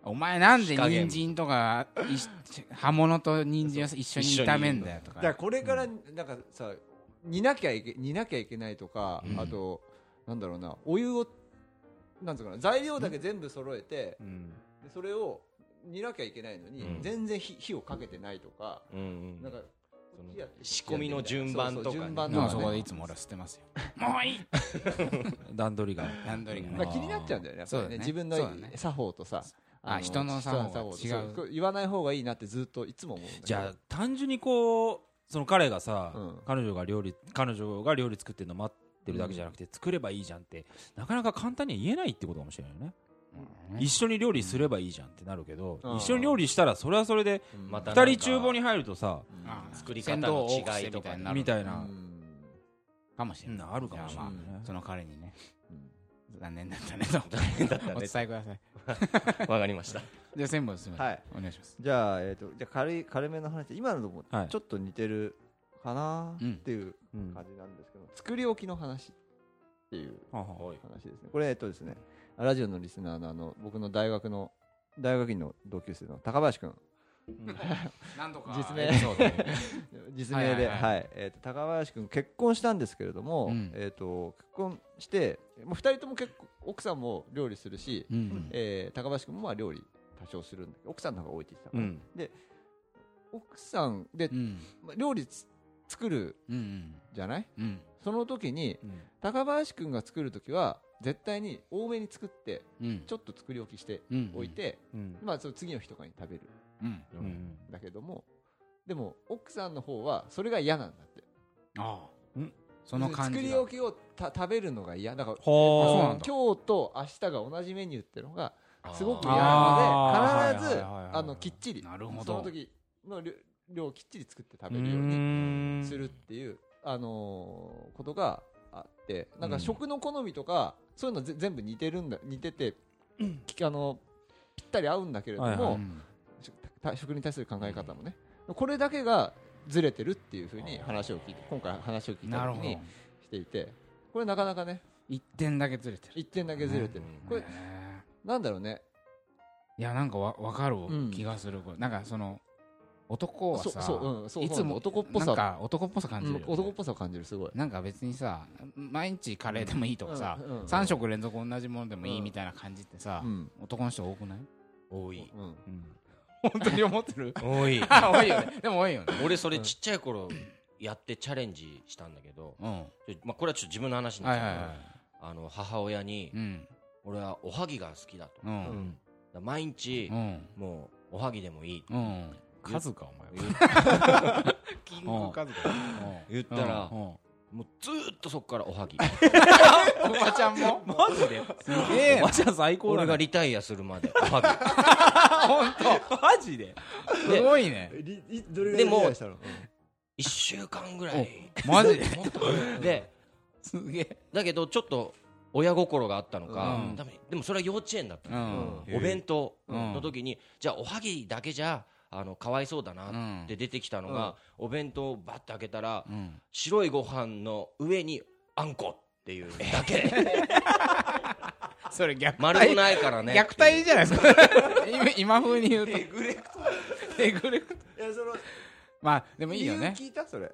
Speaker 2: お前なんで
Speaker 5: 火加減
Speaker 2: 人参とかいし刃物と人参を一緒に炒めんだよと
Speaker 1: だから
Speaker 2: か
Speaker 1: これから
Speaker 4: なんかさ煮なきゃいけ煮なきゃいけないとか、あとなんだろうなお湯をなんつうかな材料だけ全部揃えて、
Speaker 3: うん
Speaker 4: でそれを煮なきゃいけないのに、
Speaker 5: うん
Speaker 4: 全然火火をかけてないとか、
Speaker 5: うんうん
Speaker 4: なんか
Speaker 5: その
Speaker 4: こっちやって
Speaker 5: 仕込みの順番と
Speaker 4: そうそ
Speaker 5: かね
Speaker 4: う順 番と
Speaker 2: も
Speaker 4: か
Speaker 2: う
Speaker 4: ね
Speaker 2: そこでいつも俺は捨てますよもういい
Speaker 3: 段取りが
Speaker 2: 段取りが
Speaker 4: まあ
Speaker 2: ね
Speaker 4: 気になっちゃうんだよねやっぱり
Speaker 2: そうだね
Speaker 4: ね自分
Speaker 2: そう
Speaker 4: の
Speaker 2: だね
Speaker 4: 作法とさ
Speaker 2: あ人の作法は
Speaker 4: 人の
Speaker 2: 違う
Speaker 4: そう言わない方がいいなってずっといつも思うんだけど
Speaker 3: じゃあ単純にこうその彼がさ、
Speaker 4: うん
Speaker 3: 彼女が料理彼女が料理作ってるの待ってるだけじゃなくて、作ればいいじゃんってなかなか簡単には言えないってことかもしれないよね、一緒に料理すればいいじゃんってなるけど、
Speaker 4: うん
Speaker 3: 一緒に料理したらそれはそれで
Speaker 5: また
Speaker 3: 二人厨房に入るとさ、
Speaker 2: ああ
Speaker 5: 作り方の違いと
Speaker 2: 船頭を多く
Speaker 5: かね
Speaker 2: してみたいになる
Speaker 3: みたい
Speaker 4: うん
Speaker 3: な、
Speaker 2: かもし
Speaker 3: う
Speaker 2: れ
Speaker 3: ん
Speaker 2: ない
Speaker 3: あるかもしれ
Speaker 2: じゃ
Speaker 3: な
Speaker 2: あ
Speaker 3: い
Speaker 2: ま
Speaker 3: ね、
Speaker 2: あその彼にね
Speaker 4: うん
Speaker 2: 残念だったねとお伝えください
Speaker 5: わかりました
Speaker 2: じゃあ千本すみません
Speaker 4: はい
Speaker 2: お願いします
Speaker 4: じゃあえっとじゃあ軽い軽めの話今のとも
Speaker 3: はい
Speaker 4: ちょっと似てるかな
Speaker 2: うん
Speaker 4: っていう
Speaker 3: うん
Speaker 4: 感じなんですけど作り置きの話っていう
Speaker 3: はあはあ
Speaker 4: 話ですねこれえっとですねラジオのリスナーのあの僕の大学の大学院の同級生の高林くん
Speaker 2: 何度か
Speaker 4: 実名
Speaker 2: エピソードで
Speaker 4: 実名で、
Speaker 2: は
Speaker 4: はいい
Speaker 2: は
Speaker 4: えーと高林君結婚したんですけれども、
Speaker 2: うん
Speaker 4: えー、と結婚してもう2人とも結構奥さんも料理するし、
Speaker 2: うん
Speaker 4: えー高林君もまあ料理多少するんだけど奥さんの方が多いって言ってた
Speaker 3: う
Speaker 4: から、
Speaker 3: ん
Speaker 4: 奥さんで、
Speaker 2: うん
Speaker 4: まあ料理つ作る
Speaker 2: うん
Speaker 4: じゃない
Speaker 2: うん
Speaker 4: その時に
Speaker 3: うん
Speaker 4: 高林君が作る時は絶対に多めに作って
Speaker 2: うん
Speaker 4: ちょっと作り置きして
Speaker 2: うん
Speaker 4: おいて、
Speaker 3: うん
Speaker 4: まあ、その次の日とかに食べる
Speaker 2: うん
Speaker 3: うんうん
Speaker 4: んだけどもでも奥さんの方はそれが嫌なんだって。
Speaker 2: ああ
Speaker 3: うん
Speaker 2: その感じ
Speaker 4: 作り
Speaker 2: が
Speaker 4: 置きをた食べるのが嫌だから
Speaker 3: はあ
Speaker 2: そう
Speaker 4: 今
Speaker 2: なんだ
Speaker 4: 日と明日が同じメニューっていうのがすごく嫌な
Speaker 3: あー
Speaker 4: ので必ず
Speaker 3: はいはいはいはい
Speaker 4: あのきっちり
Speaker 2: なるほど
Speaker 4: その時の量量をきっちり作って食べるように
Speaker 3: に
Speaker 4: するっていう、あのーことがあってなんか食の好みとか、そういうのぜ全部似てるんだ似てて、きあのぴったり合うんだけれども、
Speaker 3: はいは
Speaker 2: うん
Speaker 4: 食た食に対する考え方もね、これだけがずれてるっていうふうに話を聞いて今回話を聞いた
Speaker 2: なる
Speaker 4: 時
Speaker 2: ほ
Speaker 4: に
Speaker 2: ど
Speaker 4: していてこれなかなかね
Speaker 2: 一点だけずれてる
Speaker 4: 一点だけずれてる、これ
Speaker 2: ねえ
Speaker 4: なんだろうね
Speaker 2: いやなんかわ分かる
Speaker 4: ん
Speaker 2: 気がするこれなんかその男は
Speaker 4: そ
Speaker 2: さ
Speaker 4: うそう、うん、そう
Speaker 2: いつも
Speaker 4: 男っぽ
Speaker 2: なん
Speaker 4: さ、
Speaker 2: か男っぽさ
Speaker 4: う
Speaker 2: 感じる
Speaker 4: ん
Speaker 2: よね
Speaker 4: 男っぽさを感じるすごい
Speaker 2: なんか別にさ毎日カレーでもいいとかさ、
Speaker 4: うんうん
Speaker 2: 3食連続同じものでもいい
Speaker 4: うん
Speaker 2: みたいな感じってさ
Speaker 4: う、ん
Speaker 2: 男の人多くない
Speaker 5: 多い
Speaker 4: うん
Speaker 2: 本当に思ってる
Speaker 5: 多い
Speaker 2: あ 多いよねでも多いよね
Speaker 5: 俺それちっちゃい頃やってチャレンジしたんだけど、
Speaker 2: うん
Speaker 5: ちょまあ、これはちょっと自分の話にな
Speaker 2: は
Speaker 5: っ
Speaker 2: いはい
Speaker 5: ちゃうけど、
Speaker 2: は
Speaker 5: あの母親に
Speaker 2: いうん
Speaker 5: 俺はおはぎが好きだと、
Speaker 2: う
Speaker 5: だか
Speaker 2: ん
Speaker 5: ら毎日
Speaker 2: う、ん
Speaker 5: もうおはぎでもいい
Speaker 2: うん
Speaker 3: 数かお前
Speaker 2: キン
Speaker 3: グ
Speaker 2: カズ
Speaker 5: 言ったら、
Speaker 2: うんうん
Speaker 5: もうずーっとそこからおはぎ
Speaker 2: おばちゃんも
Speaker 3: マジで
Speaker 2: すげえな
Speaker 3: マジは最高だ
Speaker 5: 俺
Speaker 3: ね
Speaker 5: がリタイアするまでおは
Speaker 3: マジです
Speaker 2: ごいね
Speaker 4: どれ
Speaker 5: ぐらいでも
Speaker 4: したの、
Speaker 5: ぎ1週間ぐらい
Speaker 2: マジで
Speaker 5: もっとです
Speaker 2: げえ
Speaker 5: だけどちょっと親心があったのか、
Speaker 2: うん
Speaker 5: 多分でもそれは幼稚園だった
Speaker 2: う
Speaker 5: の、
Speaker 2: ん
Speaker 5: お弁当の時に、じゃあおはぎだけじゃあのかわいそうだ
Speaker 2: う
Speaker 5: なっ
Speaker 2: ん
Speaker 5: て出てきたのが、お弁当をバッと開けたら、
Speaker 2: うん
Speaker 5: 白いご飯の上にあんこっていうだけ、
Speaker 2: それ逆
Speaker 5: 丸くないからね
Speaker 2: 虐待じゃないですか今今風に言うとえぐれえぐれ
Speaker 4: いやその
Speaker 2: まあでもいいよね
Speaker 4: 聞いたそれ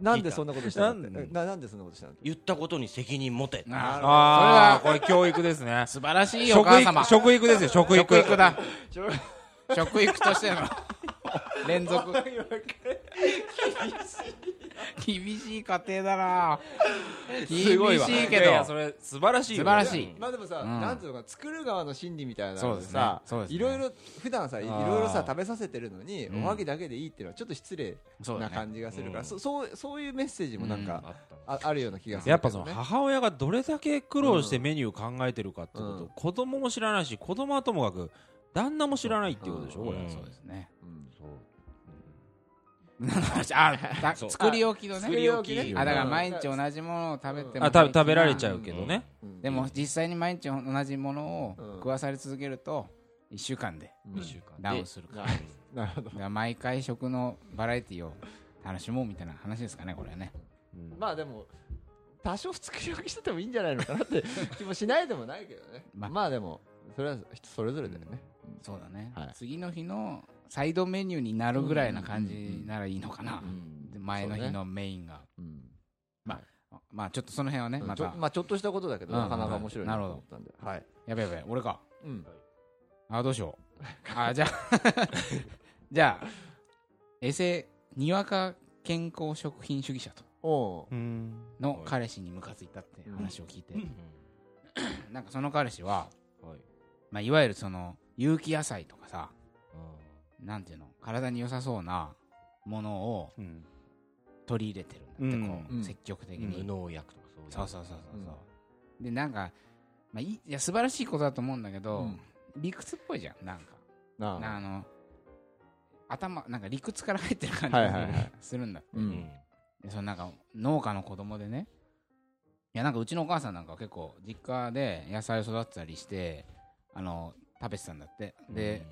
Speaker 4: なんでそんなことしたの
Speaker 3: 聞いた
Speaker 4: なななんでそんなことしたの
Speaker 5: 言ったことに責任持てって
Speaker 2: あ
Speaker 3: ああ
Speaker 2: そ
Speaker 3: これ教育ですね
Speaker 2: 素晴らしいお
Speaker 3: 食
Speaker 2: 母様
Speaker 3: 育食育ですよ食育
Speaker 2: 食育だ食育としての連続厳しい家庭だな
Speaker 3: すごい
Speaker 2: 厳
Speaker 3: わ
Speaker 2: しいけ
Speaker 3: やや
Speaker 2: ど
Speaker 3: そ
Speaker 2: 素
Speaker 3: れ素晴らしい
Speaker 2: 晴
Speaker 3: よ
Speaker 2: らしい
Speaker 4: まあでもさ、
Speaker 2: ん
Speaker 4: なんていうのか作る側の心理みたいな
Speaker 2: そう
Speaker 4: の
Speaker 2: で
Speaker 4: です
Speaker 2: ね
Speaker 4: さ
Speaker 2: そうですね
Speaker 4: いろいろ普段さいい
Speaker 3: ー
Speaker 4: ろいろさ食べさせてるのに、
Speaker 2: うん
Speaker 4: おはぎだけでいいっていうのはちょっと失礼
Speaker 2: そうだ
Speaker 4: な
Speaker 2: ね
Speaker 4: 感じがするから、
Speaker 5: うん
Speaker 4: そそうそういうメッセージもなんか、
Speaker 5: あったの
Speaker 4: ああるような気がする
Speaker 3: やっぱ
Speaker 4: け
Speaker 3: そ
Speaker 4: ど
Speaker 3: の
Speaker 4: ね
Speaker 3: 母親がどれだけ苦労してメニュー考えてるかってこと、
Speaker 4: うん
Speaker 3: 子供も知らないし子供はともかく旦那も知らないっていうことでしょ、
Speaker 5: うん
Speaker 3: これ、
Speaker 5: うん
Speaker 2: そうですね
Speaker 4: うん
Speaker 5: そう
Speaker 2: あだ
Speaker 5: そう
Speaker 2: 作り置きの
Speaker 5: 作り
Speaker 2: ね
Speaker 5: 置きね
Speaker 2: あだから毎日同じものを食べても
Speaker 3: あ食べ食べられちゃうけどね、
Speaker 4: うん
Speaker 2: でも実際に毎日同じものを
Speaker 4: うん
Speaker 2: 食わされ続けると1週間で
Speaker 4: うん
Speaker 5: 2週間で
Speaker 2: ダウンするから
Speaker 4: なるほ ど
Speaker 2: だから毎回食のバラエティを楽しもうみたいな話ですかねこれはね
Speaker 5: うん
Speaker 4: まあでも多少作り置きしててもいいんじゃないのかなって 気もしないでもないけどね。
Speaker 2: ま
Speaker 4: ま
Speaker 2: あ
Speaker 4: あ、でも、それは人それぞれだよね。
Speaker 2: そうだね、
Speaker 4: はい
Speaker 2: 次の日のサイドメニューになるぐらいな感じならいいのかな、
Speaker 4: うん
Speaker 2: で前の日。
Speaker 4: そうね
Speaker 2: のメインが、
Speaker 4: うん
Speaker 2: まあちょっとその辺はねま
Speaker 4: ちょ
Speaker 2: た
Speaker 4: まあちょっとしたことだけど、
Speaker 2: うん
Speaker 4: なかなか面白いなと思ったんで。はい。
Speaker 2: やべやべ俺か
Speaker 4: うん。
Speaker 2: あどうしよ うあじゃあじゃあ衛生にわか健康食品主義者と
Speaker 4: おう
Speaker 6: うん
Speaker 2: の彼氏にムカついたって話を聞いて、
Speaker 5: うん
Speaker 2: なんかその彼氏は、
Speaker 5: はい
Speaker 2: まあ、いわゆるその有機野菜とかさ
Speaker 5: あ
Speaker 2: なんていうの体に良さそうなものを
Speaker 6: うん
Speaker 2: 取り入れてるんだって、こう
Speaker 4: うん
Speaker 2: 積極的
Speaker 5: ー
Speaker 2: に、
Speaker 5: 無農薬とかそういう
Speaker 2: そうそうそうそうそう、でなんか、まあ、いいいや素晴らしいことだと思うんだけど、
Speaker 4: うん
Speaker 2: 理屈っぽいじゃんなんか
Speaker 4: な
Speaker 2: な
Speaker 4: あ。
Speaker 2: あの頭なんか理屈から入ってる感じ
Speaker 4: はいはいはい
Speaker 2: が するんだ、
Speaker 4: う。
Speaker 5: うんん
Speaker 2: でそのなんか農家の子供でねいやなんかうちのお母さんなんかは結構実家で野菜を育てたりしてあの食べてたんだってで、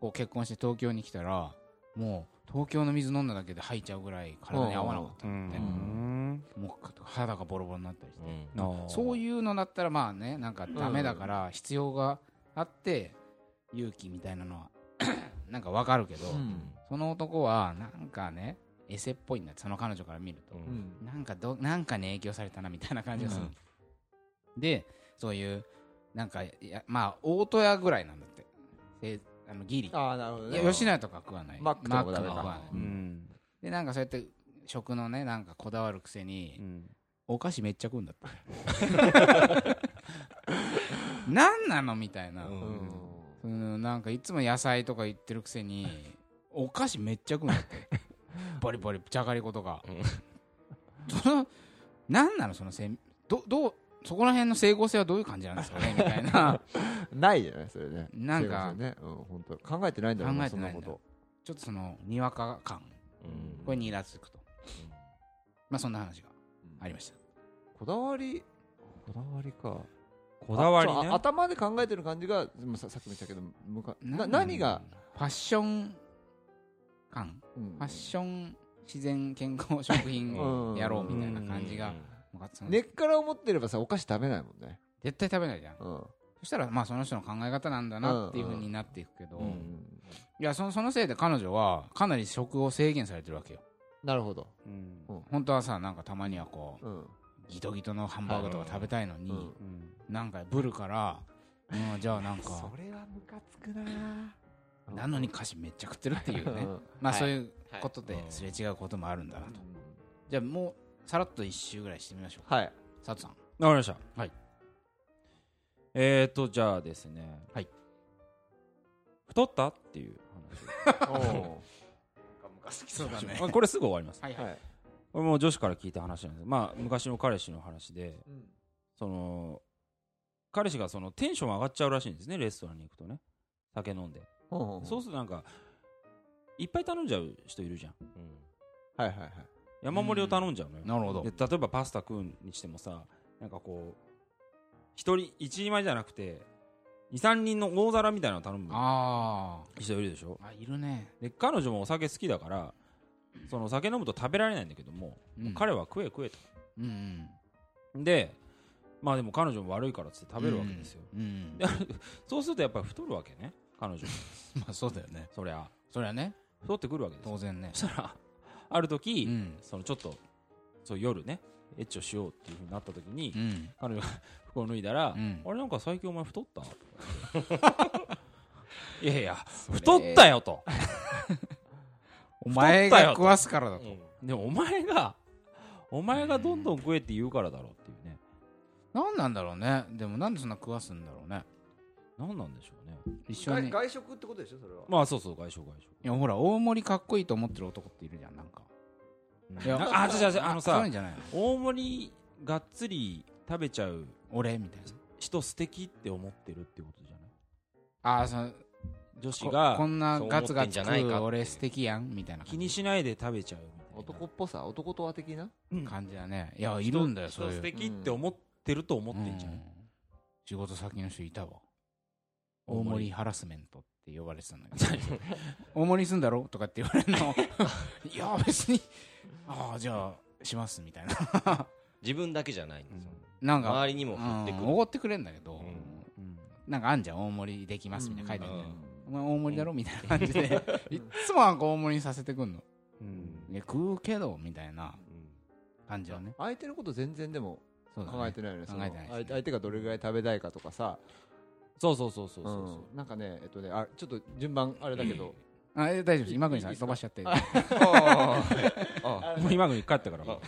Speaker 2: こう結婚して東京に来たらもう東京の水飲んだだけで吐いちゃうぐらい体に合わなかった
Speaker 6: う
Speaker 2: ね
Speaker 6: ん
Speaker 2: もう肌がボロボロになったりして
Speaker 5: うんうん
Speaker 2: そういうのだったらまあねなんかダメだから必要があって勇気みたいなのは なんかわかるけど、
Speaker 4: うん
Speaker 2: その男はなんかねエセっぽいんだってその彼女から見ると、
Speaker 5: うん
Speaker 4: うん
Speaker 2: なんかどなんかに影響されたなみたいな感じがする、でそういうなんかいやまあ大戸屋ぐらいなんだってせあのギリ
Speaker 4: ああ、なるほど
Speaker 2: いや
Speaker 4: ね。
Speaker 2: 吉野家とか食わない
Speaker 4: マックとかもダメ
Speaker 2: マッ
Speaker 4: か
Speaker 2: ク食わない
Speaker 6: うん
Speaker 2: でなんかそうやって食のねなんかこだわるくせに、
Speaker 6: うん
Speaker 2: お菓子めっちゃ食うんだって 何なのみたいな、
Speaker 5: うん
Speaker 4: うん
Speaker 2: そのなんかいつも野菜とか言ってるくせにお菓子めっちゃ食うん だってバリバリじゃがりことか、その何なのそのせんどどうそこら辺の整合性はどういう感じなんですか ねみたいな
Speaker 4: ないよね、それね。
Speaker 2: なんか
Speaker 4: そうですよね。うん、本当考えてないんだろう
Speaker 2: 考
Speaker 4: な、
Speaker 2: え
Speaker 4: そ
Speaker 2: てない
Speaker 4: の
Speaker 2: んだ
Speaker 4: こと。
Speaker 2: ちょっとそのにわか感
Speaker 5: うん
Speaker 2: これにイラつくと、まあそんな話がありました
Speaker 4: こだわり、こだわりか。
Speaker 3: こだわり
Speaker 4: あそうあ
Speaker 3: ね
Speaker 4: 頭で考えてる感じが、もうささっきも言ったけど、むかな何が、
Speaker 2: ファッション感
Speaker 4: うん
Speaker 2: ファッション自然健康食品をやろうみたいな感じが分かってたの
Speaker 4: 根っから思ってればさ、お菓子食べないもんね。
Speaker 2: 絶対食べないじゃん
Speaker 4: うん。
Speaker 2: そしたらまあその人の考え方なんだなっていう風になっていくけど、
Speaker 4: うん
Speaker 2: いやそのそのせいで彼女はかなり食を制限されてるわけよ
Speaker 4: なるほど。
Speaker 6: うん
Speaker 2: 本当はさなんかたまにはこう
Speaker 4: うん。
Speaker 2: ギトギトのハンバーグとか食べたいのに、
Speaker 4: うん
Speaker 6: うん
Speaker 2: なんかブルから、うん、じゃあなんか
Speaker 4: れはムカつくな
Speaker 2: なのに菓子めっちゃ食ってるっていうねまあ
Speaker 5: はい
Speaker 2: そういうこと
Speaker 5: はい
Speaker 2: ですれ違うこともあるんだなと、じゃあもうさらっと一周ぐらいしてみましょう
Speaker 4: はい。
Speaker 2: 佐藤さん
Speaker 3: わかりました。
Speaker 2: はい。
Speaker 3: えーと、じゃあですね。
Speaker 2: はい。
Speaker 3: 太ったっていう
Speaker 4: お
Speaker 2: そうだね
Speaker 3: 話。これすぐ終わります。
Speaker 2: はい
Speaker 4: ー
Speaker 2: はい
Speaker 4: はい。
Speaker 3: これもう女子から聞いた話なんですまあ、昔の彼氏の話で、
Speaker 4: うん
Speaker 3: その、彼氏がそのテンション上がっちゃうらしいんですね、レストランに行くとね。酒飲んで。
Speaker 4: ほう
Speaker 3: そ
Speaker 4: そう
Speaker 3: するとなんか、いっぱい頼んじゃう人いるじゃん。
Speaker 4: はいはいはい。
Speaker 3: 山盛りを頼んじゃうのよ。
Speaker 2: なるほど
Speaker 3: で例えばパスタ食うにしてもさなんかこう一人一人前じゃなくて23人の大皿みたいなの頼む
Speaker 2: あ
Speaker 3: 人いるでしょ
Speaker 2: ーあいるね、
Speaker 3: で彼女もお酒好きだからその酒飲むと食べられないんだけども、
Speaker 2: うん
Speaker 3: 彼は食え食えと
Speaker 2: うんうん、
Speaker 3: でまあでも彼女も悪いからっつって食べるわけですよ、
Speaker 2: うんうん
Speaker 3: でそうするとやっぱり太るわけね彼 女も
Speaker 2: まあそうだよね
Speaker 3: そりゃ
Speaker 2: それはね
Speaker 3: 太ってくるわけですよ
Speaker 2: 当然ね
Speaker 3: そしたらある時、
Speaker 2: うん
Speaker 3: そのちょっとそう夜ねエッチをしようっていうふうになった時に、
Speaker 2: うん
Speaker 3: 彼女が 服を脱いだら、
Speaker 2: うん
Speaker 3: あれなんか最近お前太った いやいや太ったよと
Speaker 2: お前が食わすからだと
Speaker 3: でもお前がお前がどんどん食えって言うからだろうっていうね
Speaker 2: 何なんだろうねでもなんでそんな食わすんだろうね
Speaker 3: 何なんでしょうね
Speaker 2: 一緒に
Speaker 4: 外
Speaker 2: い
Speaker 4: 外食ってことでしょ、それは。
Speaker 3: まあそうそう外食外食
Speaker 2: やほら大盛りかっこいいと思ってる男っているじゃんなんかいや
Speaker 3: なあ違う違うあの
Speaker 2: そうい
Speaker 3: さ
Speaker 2: うんじゃないの
Speaker 3: 大盛りがっつり食べちゃう
Speaker 2: 俺みたいな
Speaker 3: 人素敵って思ってるってことじゃない
Speaker 2: ああその
Speaker 3: 女子
Speaker 2: こ
Speaker 3: が
Speaker 2: こんな
Speaker 5: そう思
Speaker 2: ガツガ
Speaker 5: ってん
Speaker 2: ツ
Speaker 5: じゃ
Speaker 2: 食
Speaker 5: ないうかって
Speaker 2: 俺素敵やんみたいな
Speaker 3: 気にしないで食べちゃうみたいな
Speaker 4: 男っぽさ、男とは的な。
Speaker 2: 感じだねいやいるんだよ
Speaker 3: 人
Speaker 2: そういう
Speaker 3: 人素敵って思ってると思ってんじゃ
Speaker 2: うんん仕事先の人いたわ
Speaker 3: 大
Speaker 2: 大
Speaker 3: 盛り
Speaker 2: 盛りハラスメントって呼ばれてたんだけど 大盛りすんだろとかって言われるのいや別にああじゃあしますみたいな
Speaker 5: 自分だけじゃないんですよ、
Speaker 2: なんか
Speaker 5: 周りにも振ってく
Speaker 2: う
Speaker 5: る、
Speaker 2: んおごってくれるんだけど、
Speaker 5: うん
Speaker 2: なんかあんじゃん大盛りできますみたいな書いてあるじゃん、
Speaker 5: う
Speaker 2: お前大盛りだろみたいな感じでいっつもなんか大盛りにさせてくんの、いや食うけどみたいな感じはね
Speaker 4: 相手のこと全然でも
Speaker 2: そうだね
Speaker 4: 考えてないよね
Speaker 2: 考
Speaker 4: その
Speaker 2: えてないですね
Speaker 4: 相手相手がどれぐらい食べたいかとかさ
Speaker 3: そうそうそうそうそうう、
Speaker 4: んなんかねえっとねあちょっと順番あれだけど
Speaker 2: あえ大丈夫です今国さ
Speaker 4: いいで
Speaker 2: ん
Speaker 4: すか
Speaker 2: 飛ばしちゃって
Speaker 5: あ
Speaker 3: もう今国帰ったから
Speaker 5: あ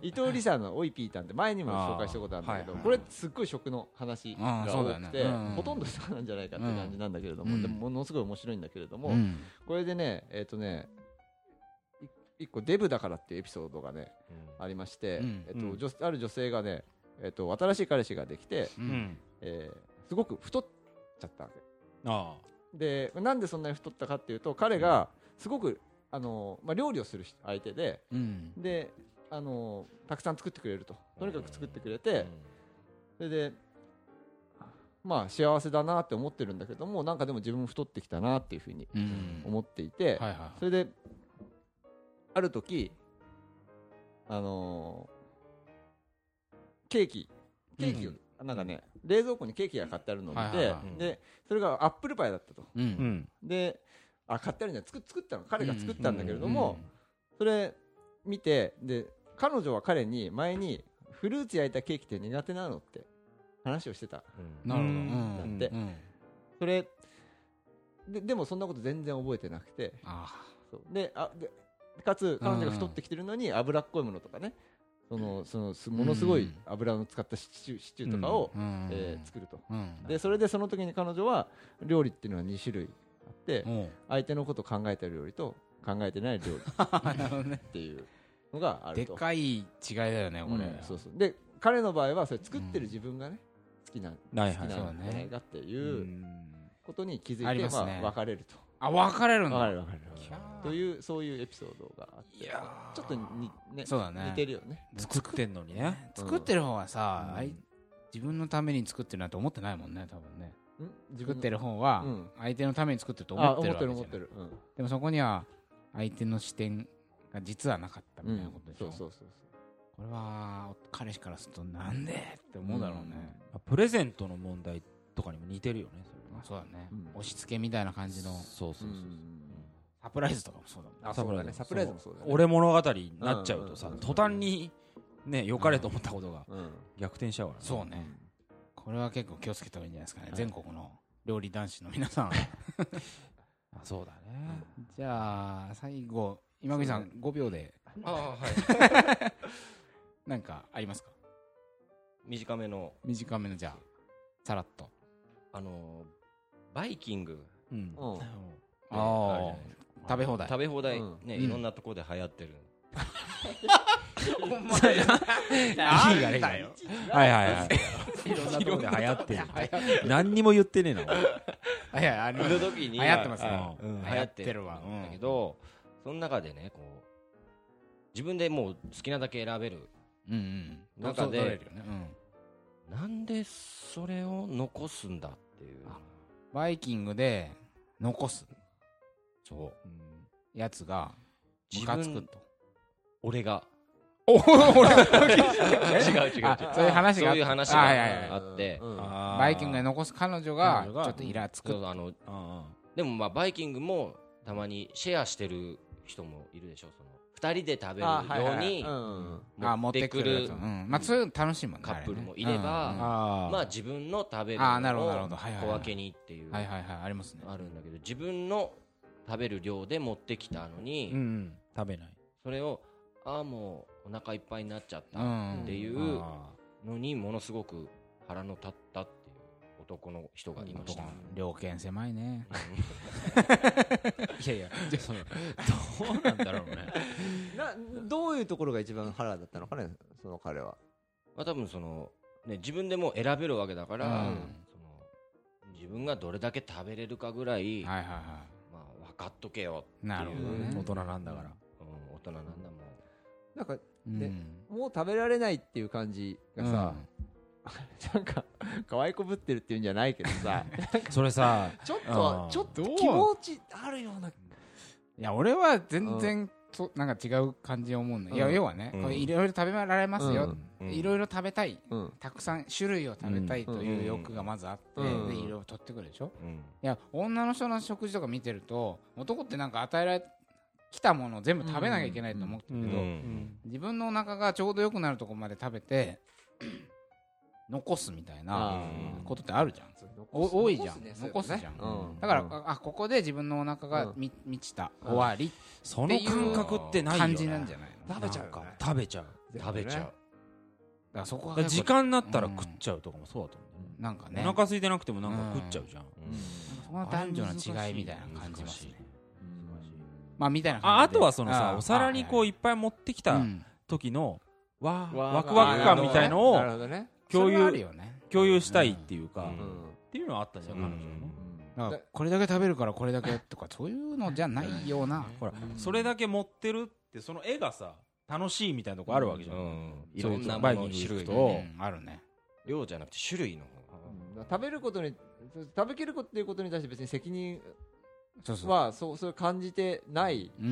Speaker 4: 伊藤理沙の「おいピータン」って前にも紹介したことあるんだけ
Speaker 3: あー
Speaker 4: ど
Speaker 3: はい
Speaker 4: これすっごい食の話
Speaker 2: あ
Speaker 4: が
Speaker 2: ーそうだ
Speaker 4: 多
Speaker 2: よね
Speaker 4: くて
Speaker 2: うん
Speaker 4: ほとんどそうなんじゃないかって感じなんだけれども、
Speaker 2: うん
Speaker 4: でもものすごい面白いんだけれども、
Speaker 2: うん
Speaker 4: これでねえっ、とねい一個デブだからっていうエピソードがねありまして、
Speaker 2: うん
Speaker 4: えっ
Speaker 3: うん
Speaker 4: と女ある女性がね、えっと新しい彼氏ができて、
Speaker 2: う
Speaker 3: うんん
Speaker 4: えーすごく太っちゃったわけ
Speaker 3: あ
Speaker 4: でなんでそんなに太ったかっていうと彼がすごくあの、まあ、料理をする人相手で
Speaker 2: うん
Speaker 4: であのたくさん作ってくれるととにかく作ってくれて、それでまあ幸せだなって思ってるんだけどもなんかでも自分太ってきたなっていうふうに
Speaker 2: うん
Speaker 4: 思っていて、
Speaker 2: はいは
Speaker 4: それである時あのーケーキケーキを、なんかね冷蔵庫にケーキが買ってあるのを見て、
Speaker 2: はいはいはい
Speaker 4: でそれがアップルパイだったと
Speaker 2: いうん
Speaker 3: うんうん
Speaker 4: であ買ってあるんじゃない作作ったの彼が作ったんだけれども、それ見てで彼女は彼に前にフルーツ焼いたケーキって苦手なのって話をしてた
Speaker 2: うんなるほど
Speaker 3: う
Speaker 2: うん
Speaker 3: ん
Speaker 4: だって
Speaker 2: うん
Speaker 4: それででもそんなこと全然覚えてなくて
Speaker 2: あ
Speaker 4: そうであでかつ彼女が太ってきてるのに脂っこいものとかねそのそのすものすご
Speaker 2: う
Speaker 4: い
Speaker 2: ん
Speaker 4: 油の使ったシチューシチューとかを
Speaker 2: ー、うん
Speaker 4: えー作ると
Speaker 2: うん
Speaker 4: でそれでその時に彼女は料理っていうのは2種類あって
Speaker 2: おう
Speaker 4: 相手のことを考えてる料理と考えてない料理
Speaker 2: なるほどね
Speaker 4: っていうのがあ
Speaker 2: で
Speaker 4: る
Speaker 2: っ
Speaker 4: と
Speaker 2: かい違いだよねこれ
Speaker 4: うんそうそうで彼の場合はそれ作ってる自分がね、好きな
Speaker 3: はい
Speaker 4: 好
Speaker 3: は
Speaker 4: き
Speaker 3: い
Speaker 4: な
Speaker 2: そうん
Speaker 4: じゃないかっていうことに気づ
Speaker 2: あ
Speaker 4: い
Speaker 2: り
Speaker 4: て、
Speaker 2: ますね
Speaker 4: まあ、別れると
Speaker 2: あ別れるん
Speaker 4: 別
Speaker 2: だ
Speaker 4: れる別れる
Speaker 2: キャー
Speaker 4: というそういうエピソードがあって
Speaker 2: いやー
Speaker 4: ちょっとに、ね
Speaker 2: そうだね
Speaker 4: 似てるよね
Speaker 3: 作ってんのにね
Speaker 2: 作ってる方はさ、
Speaker 4: うん
Speaker 2: あい自分のために作ってるなんて思ってないもんね多分ね
Speaker 4: ん自
Speaker 2: 作
Speaker 4: 分
Speaker 2: っ
Speaker 4: の
Speaker 2: てる方は
Speaker 4: うん
Speaker 2: 相手のために作ってると思
Speaker 4: あ
Speaker 2: っ
Speaker 4: 思
Speaker 2: てる
Speaker 4: っ
Speaker 2: わ
Speaker 4: て
Speaker 2: け
Speaker 4: る
Speaker 2: じゃな
Speaker 4: 思
Speaker 2: い
Speaker 4: ってるうん
Speaker 2: でもそこには相手の視点が実はなかったみたいなことでしょ、
Speaker 4: そうそうそうそ
Speaker 2: これは彼氏からするとなんでって思うだろうね、
Speaker 3: プレゼントの問題とかにも似てるよね
Speaker 2: まあそうだね、
Speaker 4: うん
Speaker 2: 押し付けみたいな感じの
Speaker 3: そうそうう
Speaker 4: う
Speaker 3: そうん
Speaker 2: サプライズとかもそうだもんね
Speaker 4: あそうだねサプライズもそうだね
Speaker 3: 俺物語になっちゃうとさ
Speaker 4: うんうんうん
Speaker 3: 途端にね良かれと思ったことが
Speaker 4: うん
Speaker 3: 逆転しちゃうからね
Speaker 2: そうねこれは結構気をつけた方がいいんじゃないですかね、全国の料理男子の皆さん
Speaker 3: あそうだね
Speaker 2: じゃあ最後今口さん5秒で
Speaker 5: ああはい
Speaker 2: 何かありますか
Speaker 5: 短めの
Speaker 2: 短めのじゃあさらっと
Speaker 5: あのバイキング
Speaker 3: うん
Speaker 4: うん
Speaker 2: あー
Speaker 5: あるじゃないですか
Speaker 2: 食べ放題
Speaker 5: 食べ放題
Speaker 4: うん
Speaker 5: ね
Speaker 2: うん
Speaker 5: いろんなとこで流行ってる
Speaker 2: お前
Speaker 3: キーがねはいはいはい
Speaker 2: いろんな
Speaker 3: 流行って
Speaker 2: い
Speaker 3: る
Speaker 2: や
Speaker 3: 何にも言ってねえな俺
Speaker 2: いやあの
Speaker 5: の時に
Speaker 2: 流行ってますね
Speaker 3: あ
Speaker 5: うん
Speaker 2: 流行ってるわ
Speaker 5: 流行ってんだけどその中でねこう自分でもう好きなだけ選べる
Speaker 2: うんうんそう
Speaker 5: 中で
Speaker 2: 取れるよねうん
Speaker 5: なんでそれを残すんだっていう
Speaker 2: あバイキングで残すそうやつがム
Speaker 5: 自
Speaker 2: カつく
Speaker 5: 分
Speaker 2: と
Speaker 5: 俺が
Speaker 2: おお俺が
Speaker 5: 違う違う違う
Speaker 2: あそういう話が
Speaker 5: そういう話
Speaker 2: あはいはいはい
Speaker 5: があって
Speaker 4: うん
Speaker 2: バイキングで残す彼女が
Speaker 3: 彼
Speaker 2: ち
Speaker 3: 女が
Speaker 2: ょっとイラつ
Speaker 5: そう
Speaker 2: く
Speaker 5: そうあの
Speaker 3: あ
Speaker 5: でもまあバイキングもたまにシェアしてる人もいるでしょその二人で食べる
Speaker 4: あはい
Speaker 5: よ
Speaker 4: は
Speaker 5: う
Speaker 4: い
Speaker 5: に
Speaker 4: うん
Speaker 2: あ
Speaker 5: 持ってく
Speaker 2: や
Speaker 5: る
Speaker 2: つうんまあそういうの楽しいもんね
Speaker 5: カップルもいれ
Speaker 2: あれね
Speaker 5: ば
Speaker 3: あ
Speaker 5: まあ自分の食べる
Speaker 2: あーなるほどなるほど
Speaker 5: のを
Speaker 2: はいはいはい
Speaker 5: 小分けにっていう
Speaker 2: うんはいはいはいありますね
Speaker 5: あるんだけど自分の食べる量で持ってきたのに、
Speaker 3: うんうん食べない
Speaker 5: それをああもうお腹いっぱいになっちゃっ
Speaker 2: う
Speaker 5: た
Speaker 2: ん
Speaker 5: っていう
Speaker 3: あ
Speaker 5: のにものすごく腹の立ったっていう男の人がいまし
Speaker 2: 男
Speaker 5: た
Speaker 2: の猟犬狭いね
Speaker 3: ーいやいやそのどうなんだろうね
Speaker 4: などういうところが一番腹だったのかねその彼は
Speaker 5: まあ多分その、ね、自分でもう選べるわけだから、
Speaker 2: うん
Speaker 5: その自分がどれだけ食べれるかぐらい、
Speaker 2: はいはいは
Speaker 5: まあ、分かっとけよ、
Speaker 2: いなるほど
Speaker 5: うん
Speaker 3: 大
Speaker 2: ね
Speaker 3: 人なんだから
Speaker 5: うん、大人なんだもん
Speaker 4: なんか
Speaker 2: うん
Speaker 4: もう食べられないっていう感じがさ、なんか可愛いこぶってるっていうんじゃないけどさ
Speaker 3: それさ
Speaker 4: ちょっ
Speaker 3: あ
Speaker 4: と
Speaker 3: ー
Speaker 4: ちょっと
Speaker 2: どう
Speaker 4: 気持ちあるような
Speaker 2: うんいや俺は全然となんか違う感じを思うの、いや
Speaker 4: うん
Speaker 2: 要はね、
Speaker 5: うん
Speaker 2: これいろいろ食べられますよ、
Speaker 5: うん
Speaker 2: いろいろ食べたい
Speaker 4: うん
Speaker 2: たくさん種類を食べたいという欲がまずあって、
Speaker 4: うん
Speaker 2: でいろいろ取ってくるでしょ
Speaker 5: う
Speaker 2: い
Speaker 5: ん
Speaker 2: や女の人の食事とか見てると男ってなんか与えられきたものを全部食べなきゃいけないと思ってるけど、
Speaker 5: うん
Speaker 2: 自分のお腹がちょうど良くなるとこまで食 べて残すみたいな
Speaker 4: あ
Speaker 5: ー
Speaker 2: ことってあるじゃんお多いじゃん残すじゃん、
Speaker 4: うん
Speaker 2: だから、
Speaker 4: うん
Speaker 2: ああここで自分のお腹がみ、満ちた
Speaker 4: うん
Speaker 2: 終わり
Speaker 3: その感覚ってないよ、ね、
Speaker 2: 感じなんじゃないのだか
Speaker 4: 食べちゃうよ
Speaker 3: か
Speaker 4: ね
Speaker 3: 食べちゃう
Speaker 5: 食べちゃ
Speaker 2: らそこ
Speaker 3: だ
Speaker 2: が
Speaker 3: から
Speaker 2: やっぱ
Speaker 3: 時間になったら食っちゃうとかもそうだと思う、
Speaker 2: なんかね
Speaker 3: お腹空いてなくてもなんか食っちゃうじゃん、
Speaker 5: う
Speaker 2: その男女の違いみたいな感じますね
Speaker 3: 難しい
Speaker 2: まあみたいな感じ
Speaker 3: あ
Speaker 2: で
Speaker 3: あとはそのさ
Speaker 2: あー
Speaker 3: お皿にこう
Speaker 2: はい
Speaker 3: っぱい持ってき
Speaker 2: いはい
Speaker 3: た
Speaker 2: うん
Speaker 3: 時のわー
Speaker 4: わー
Speaker 3: ワクワク感みたいの
Speaker 1: なる
Speaker 3: を
Speaker 1: ほどね
Speaker 3: 共
Speaker 2: それはある
Speaker 3: 有
Speaker 2: よね
Speaker 3: 共有したいっていうか、
Speaker 5: う
Speaker 3: っ
Speaker 5: ん
Speaker 3: ていうのはあったじゃん彼女のね、
Speaker 2: だからこれだけ食べるからこれだけとかそういうのじゃないような
Speaker 3: ほら、それだけ持ってるってその絵がさ楽しいみたいなとこあるわけじゃん、
Speaker 5: うんい
Speaker 3: そ
Speaker 5: ろ
Speaker 3: ういうん
Speaker 5: なもの
Speaker 3: バイキング
Speaker 5: 種類
Speaker 3: 行くと
Speaker 5: の
Speaker 2: うんあるね
Speaker 5: 量じゃなくて種類の
Speaker 4: 食べることに食べきることっていうことに対して別に責任
Speaker 2: そうそう
Speaker 4: はそうそれ感じてない
Speaker 2: うん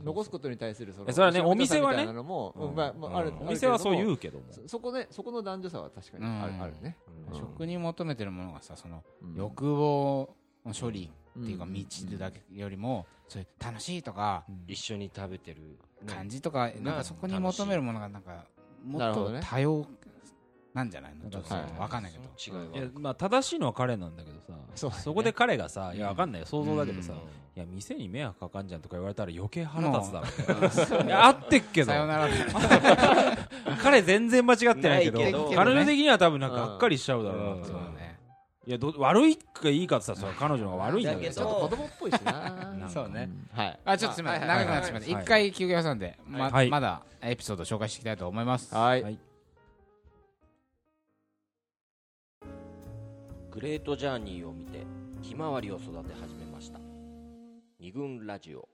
Speaker 2: うん
Speaker 4: 残すことに対するその
Speaker 3: えそれはね
Speaker 4: 後ろめた
Speaker 3: お店
Speaker 4: さ
Speaker 3: は
Speaker 4: み
Speaker 3: ね
Speaker 4: たいなのもうんまあまあある
Speaker 5: うん
Speaker 4: あるけれども
Speaker 3: お店はそう言うけども
Speaker 4: そそこねそこの男女差は確かにある
Speaker 2: うん
Speaker 4: あるね
Speaker 5: 方
Speaker 4: うん
Speaker 2: 食に求めてるものがさその
Speaker 4: うん
Speaker 2: 欲望の処理っていうか
Speaker 4: うん
Speaker 2: 満ちるだけよりもそういう楽しいとか
Speaker 5: 一緒に食べてる
Speaker 2: 感じとか
Speaker 5: うん
Speaker 2: なんかそこに求めるものがなんかも
Speaker 4: なる
Speaker 2: っ
Speaker 4: ほど
Speaker 2: と
Speaker 4: ね
Speaker 2: 多様なんじゃないのちょっと
Speaker 4: はい
Speaker 2: わかんないけど
Speaker 5: その違い
Speaker 3: いや
Speaker 5: は
Speaker 3: まあ正しいのは彼なんだけどさ
Speaker 4: そう
Speaker 3: そこで彼がさ、いや、わかんないよ、想像だけどさ、
Speaker 2: う
Speaker 3: い
Speaker 2: ん
Speaker 3: や、店に迷惑かかんじゃんとか言われたら余計腹立つだろう。いや、合ってっけど
Speaker 2: さ、よなら
Speaker 3: 彼全然間違ってないけど、
Speaker 5: ないけどね
Speaker 3: 彼女的には多分なんか
Speaker 4: うん
Speaker 3: がっかりしちゃうだろうなって
Speaker 2: そうだね
Speaker 3: いや、ど悪いかいいかってさ、それは彼女の方が悪いんだけど
Speaker 4: ちょっ
Speaker 3: さ、
Speaker 4: と子供っぽいしな
Speaker 2: そうね
Speaker 4: はい
Speaker 2: あちょっとすみません長くなってしまって
Speaker 3: はい
Speaker 2: 一回休憩挟んでま
Speaker 3: はい
Speaker 2: まだエピソード紹介していきたいと思います
Speaker 4: はい
Speaker 3: はい
Speaker 5: グレートジャーニーを見てひまわりを育て始めました二軍ラジオ